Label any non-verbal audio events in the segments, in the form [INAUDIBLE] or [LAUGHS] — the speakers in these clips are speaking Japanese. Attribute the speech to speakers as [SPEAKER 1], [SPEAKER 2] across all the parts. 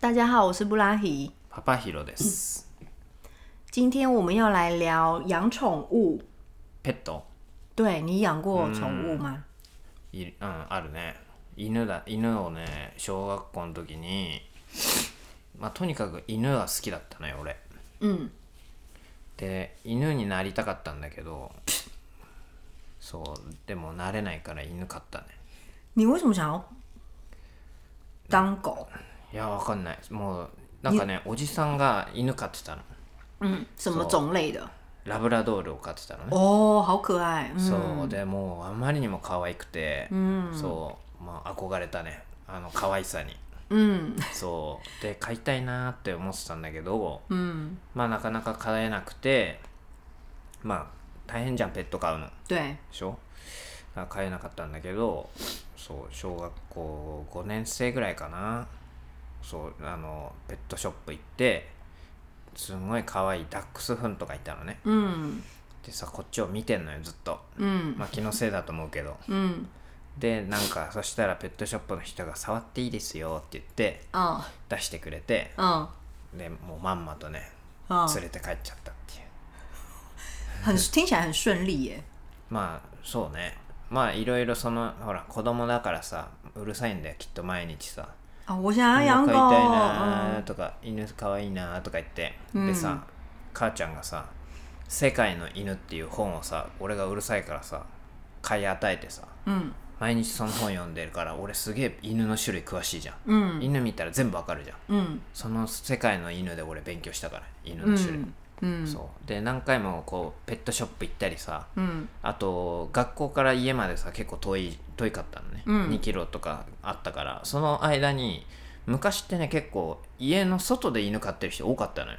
[SPEAKER 1] 大家好，我是布拉提。
[SPEAKER 2] パパヒロです。
[SPEAKER 1] 今天我们要来聊养宠物。
[SPEAKER 2] ペット
[SPEAKER 1] 对你养过宠物吗？
[SPEAKER 2] いうん、あるね。犬だ、犬をね、小学校の時に、まあ、とにかく犬が好きだったのよ、俺。
[SPEAKER 1] 嗯，
[SPEAKER 2] で、犬になりたかったんだけど、そう、でもなれないから犬飼ったね。
[SPEAKER 1] 你为什么想要当狗？
[SPEAKER 2] いや、わかんない。もう、なんかね、おじさんが犬飼ってたの。
[SPEAKER 1] 嗯，什么种类的？
[SPEAKER 2] ラブラドールを飼ってたのね。
[SPEAKER 1] 哦，好可爱。嗯，
[SPEAKER 2] そう、でもう、あまりにも可愛くて、そう、まあ、憧れたね。あの、可愛さに。
[SPEAKER 1] 嗯
[SPEAKER 2] そうで買いたいなーって思ってたんだけど、まあなかなか買えなくてまあ大変じゃんペット飼うので
[SPEAKER 1] 对，
[SPEAKER 2] しょだから買えなかったんだけどそう小学校5年生ぐらいかなそうあのペットショップ行ってすんごい可愛いダックスフンとかいたのね
[SPEAKER 1] 嗯
[SPEAKER 2] でさこっちを見てんのよずっと
[SPEAKER 1] 嗯
[SPEAKER 2] まあ気のせいだと思うけど
[SPEAKER 1] 嗯
[SPEAKER 2] でなんかそしたらペットショップの人が触っていいですよって言って
[SPEAKER 1] 嗯
[SPEAKER 2] 出してくれて
[SPEAKER 1] 嗯
[SPEAKER 2] でもうまんまとね
[SPEAKER 1] 嗯，
[SPEAKER 2] 連れて帰っちゃったっていう、
[SPEAKER 1] 很听起来很顺利耶。
[SPEAKER 2] まあそうねまあいろいろそのほら子供だからさうるさいんだよきっと毎日さ
[SPEAKER 1] 啊，我想要养
[SPEAKER 2] 犬飼い
[SPEAKER 1] 狗。
[SPEAKER 2] たいな
[SPEAKER 1] 嗯
[SPEAKER 2] ーとか、犬かわいいなーとか言ってでさ、母ちゃんがさ「世界の犬」っていう本をさ俺がうるさいからさ買い与えてさ
[SPEAKER 1] 嗯
[SPEAKER 2] 毎日その本読んでるから俺すげえ犬の種類詳しいじゃん、
[SPEAKER 1] 嗯
[SPEAKER 2] 犬見たら全部わかるじゃん
[SPEAKER 1] 嗯
[SPEAKER 2] その世界の犬で俺勉強したから犬の種類、
[SPEAKER 1] 嗯嗯
[SPEAKER 2] そうで何回もこうペットショップ行ったりさ
[SPEAKER 1] 嗯
[SPEAKER 2] あと学校から家までさ結構遠い遠いかったのね、
[SPEAKER 1] うん
[SPEAKER 2] 2キロとかあったからその間に昔ってね結構家の外で犬飼ってる人多かったのよ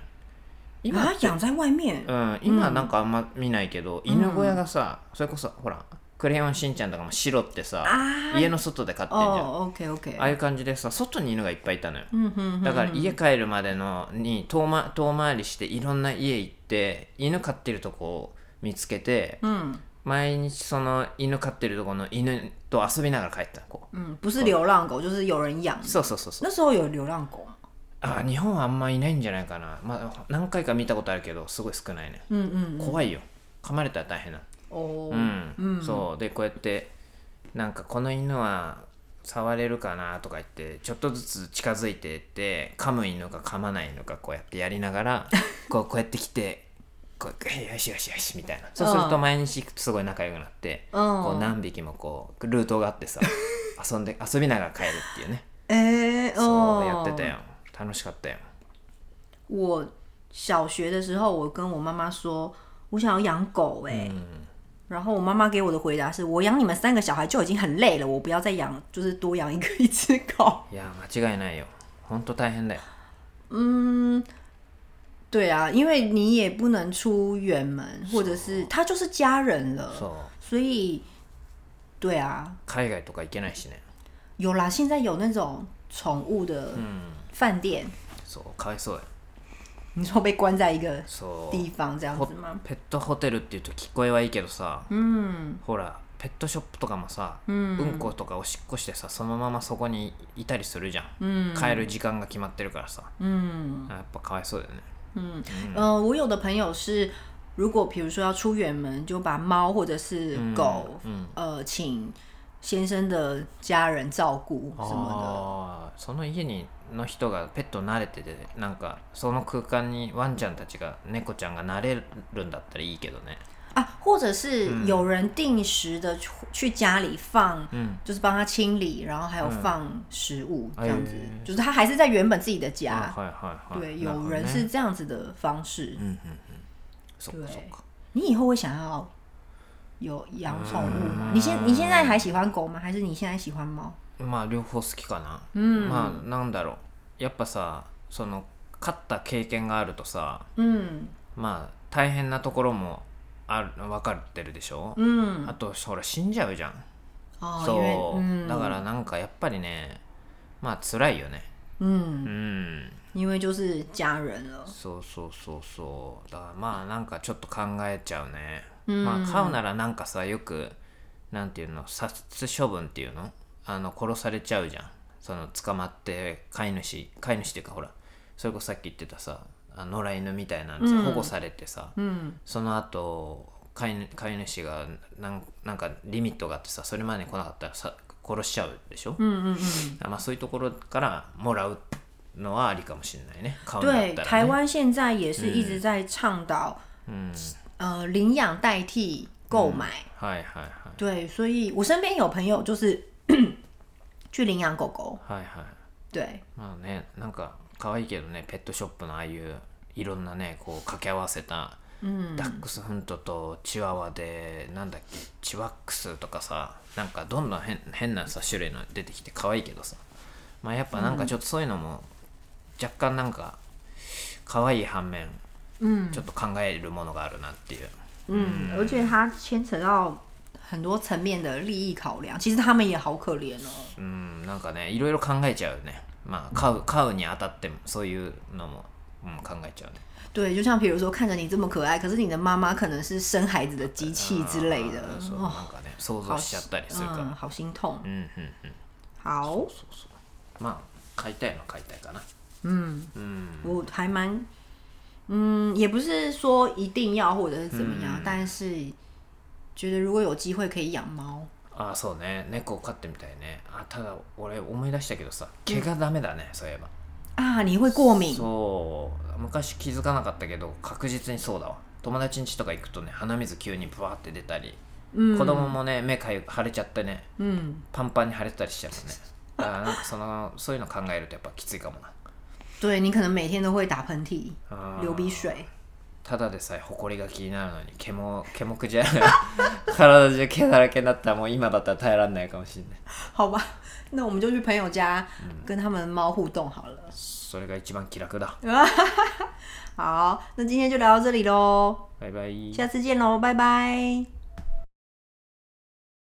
[SPEAKER 2] 今
[SPEAKER 1] 啊
[SPEAKER 2] っ，て
[SPEAKER 1] 养在外面
[SPEAKER 2] う。ん、今なんかあんま見ないけど、犬小屋がさそれこそほら「クレヨンしんちゃん」とかも白ってさ
[SPEAKER 1] あ
[SPEAKER 2] 家の外で飼ってんじゃん、
[SPEAKER 1] 啊哦，OK
[SPEAKER 2] ああい
[SPEAKER 1] OK。
[SPEAKER 2] う感じでさ外に犬がいっぱいいたのよ、
[SPEAKER 1] 嗯哼
[SPEAKER 2] だから家帰るまでのに遠,、ま、遠回りしていろんな家行って犬飼ってるとこを見つけて
[SPEAKER 1] 嗯
[SPEAKER 2] 毎日その犬飼ってるとこの犬と遊びながら帰ってたのこう
[SPEAKER 1] 嗯，不是流浪狗，就是有人养。
[SPEAKER 2] そうそうそうそう
[SPEAKER 1] 那时候有流浪狗啊吗
[SPEAKER 2] あ日本はあんまいないんじゃないかな、まあ、何回か見たことあるけどすごい少ないね
[SPEAKER 1] 嗯嗯，
[SPEAKER 2] 怖いよ噛まれたら大変な
[SPEAKER 1] 哦，
[SPEAKER 2] うん、そうでこうやってなんかこの犬は触れるかなとか言ってちょっとずつ近づいてって噛む犬か噛まない犬かこうやってやりなが [LAUGHS] らこうこうやってきてこうえよしよしよしみたいなそうすると毎日行くとすごい仲良くなって、
[SPEAKER 1] うん
[SPEAKER 2] こう何匹もこうルートがあって [LAUGHS] さ遊んで遊びながら帰るっていうね
[SPEAKER 1] 哎、
[SPEAKER 2] そ
[SPEAKER 1] 哦，
[SPEAKER 2] うやってたよ楽しかったよ
[SPEAKER 1] 我小学的时候，我跟我妈妈说，我想要养狗、哎、然后我妈妈给我的回答是，我养你们三个小孩就已经很累了，我不要再养，就是多养一个一只狗。
[SPEAKER 2] いや間違いないよほんと大変だよ
[SPEAKER 1] [LAUGHS] 对啊，因为你也不能出远门，或者是他就是家人了，
[SPEAKER 2] そう
[SPEAKER 1] 所以，对啊，
[SPEAKER 2] 海外とか行けないしね
[SPEAKER 1] 有啦，现在有那种宠物的饭店，
[SPEAKER 2] そうかわいそうよ
[SPEAKER 1] 你说被关在一个
[SPEAKER 2] そう
[SPEAKER 1] 地方这样
[SPEAKER 2] ほ
[SPEAKER 1] 子吗？
[SPEAKER 2] ペットホテルっていうと聞こえはいいけどさ、ほらペットショップとかもさ、うん、ことかおしっこしてさそのままそこにいたりするじゃん、帰る時間が決まってるからさ、あやっぱかわいそうだよね
[SPEAKER 1] 呃，我有的朋友是，如果比如说要出远门，就把猫或者是狗，呃，请先生的家人照顾什么
[SPEAKER 2] あーその家にの人がペット慣れててなんかその空間にワンちゃんたちが猫ちゃんが慣れるんだったらいいけどね
[SPEAKER 1] 的啊，或者是有人定时的去去家里放，就是帮他清理，然后还有放食物这样子，
[SPEAKER 2] 哎哦
[SPEAKER 1] 就是他还是在原本自己的家。
[SPEAKER 2] はいはいはい
[SPEAKER 1] 对，
[SPEAKER 2] なる
[SPEAKER 1] 有
[SPEAKER 2] ほどね
[SPEAKER 1] 人是这样子的方式。
[SPEAKER 2] そっ
[SPEAKER 1] 对
[SPEAKER 2] かそっか，
[SPEAKER 1] 你以后会想要有养宠物吗？你现你现在还喜欢狗吗？还是你现在喜欢猫？
[SPEAKER 2] まあ両方好きかな、まあなんだろうやっぱさその勝った経験があるとさ
[SPEAKER 1] 嗯
[SPEAKER 2] まあ大変なところもある分かってるでしょ、
[SPEAKER 1] 嗯。
[SPEAKER 2] あとほら死んじゃうじゃん、
[SPEAKER 1] 哦，因为
[SPEAKER 2] そう、
[SPEAKER 1] 嗯
[SPEAKER 2] だからなんかやっぱりねまあ辛いよね
[SPEAKER 1] 嗯，
[SPEAKER 2] うん
[SPEAKER 1] 因为就是家人了。
[SPEAKER 2] そうそうそうそうだからまあなんかちょっと考えちゃうね、まあ飼うならなんかさよくなんていうの殺処分っていうのあの殺されちゃうじゃんその捕まって飼い主飼い主っていうかほらそれこそさっき言ってたさあ野良犬みたいなのさ
[SPEAKER 1] うん
[SPEAKER 2] 保護されてさ、
[SPEAKER 1] うん
[SPEAKER 2] その後飼い飼い主がなんなんかリミットがあってさそれまでに来なかったらさ殺しちゃうでしょ、
[SPEAKER 1] 嗯嗯嗯。
[SPEAKER 2] まあそういうところからもらうのはありかもしれないね買うんだったら、
[SPEAKER 1] 对
[SPEAKER 2] ね、、
[SPEAKER 1] 台湾现在也是一直在倡导，嗯，呃，领养代替购买。
[SPEAKER 2] はいはいはい
[SPEAKER 1] 对，所以我身边有朋友就是 [COUGHS] 去领养狗狗，
[SPEAKER 2] はいはい
[SPEAKER 1] 对，
[SPEAKER 2] まあねなんか可愛いけどねペットショップのああいういろんなねこう掛け合わせた、ダックスフントとチワワでなんだっけチワックスとかさなんかどんどん変変なさ種類の出てきて可愛いけどさまあやっぱなんかちょっとそういうのも若干なんか可愛い反面、
[SPEAKER 1] 嗯
[SPEAKER 2] ちょっと考えるものがあるなっていう
[SPEAKER 1] 嗯，而且它牵扯到很多层面的利益考量，其实他们也好可怜哦。
[SPEAKER 2] うんなんかねいろいろ考えちゃうねまあ買う買うにあたってもそういうのも、うん、考えちゃうね
[SPEAKER 1] 对，就像比如说看着你这么可爱，可是你的妈妈可能是生孩子的机器之类的
[SPEAKER 2] あーそうなん
[SPEAKER 1] 哦，
[SPEAKER 2] かね想
[SPEAKER 1] 好
[SPEAKER 2] 像しちゃったりするから、
[SPEAKER 1] 嗯，好心痛。
[SPEAKER 2] うんうんうん
[SPEAKER 1] 好，
[SPEAKER 2] まあ買いたいのは買いたいかな
[SPEAKER 1] 我还蛮，嗯，也不是说一定要或者是怎么样，但是觉得如果有机会可以养猫，
[SPEAKER 2] ああそうね猫飼ってみたいねあただ俺思い出したけどさ毛がダメだね、そういえば
[SPEAKER 1] 啊，你会过敏
[SPEAKER 2] そう昔気づかなかったけど確実にそうだわ友達ん家とか行くとね鼻水急にブワーって出たり、子供もね目かゆ腫れちゃってね、パンパンに腫れてたりしちゃうもんねだからなんかそのそういうの考えるとやっぱきついかもな
[SPEAKER 1] 对你可能每天都会打喷嚏、
[SPEAKER 2] あー
[SPEAKER 1] 流鼻水。
[SPEAKER 2] ただでさえ埃が気になるのに毛も毛もくじゃない [LAUGHS] 体中毛だらけになったらもう今だったら耐えられないかもしれない
[SPEAKER 1] 好吧，那我们就去朋友家跟他们猫互动 [LAUGHS] 好了。
[SPEAKER 2] それが一番気楽だ
[SPEAKER 1] 好，那今天就聊到这里喽，
[SPEAKER 2] バイバイ
[SPEAKER 1] 下次见喽，拜拜。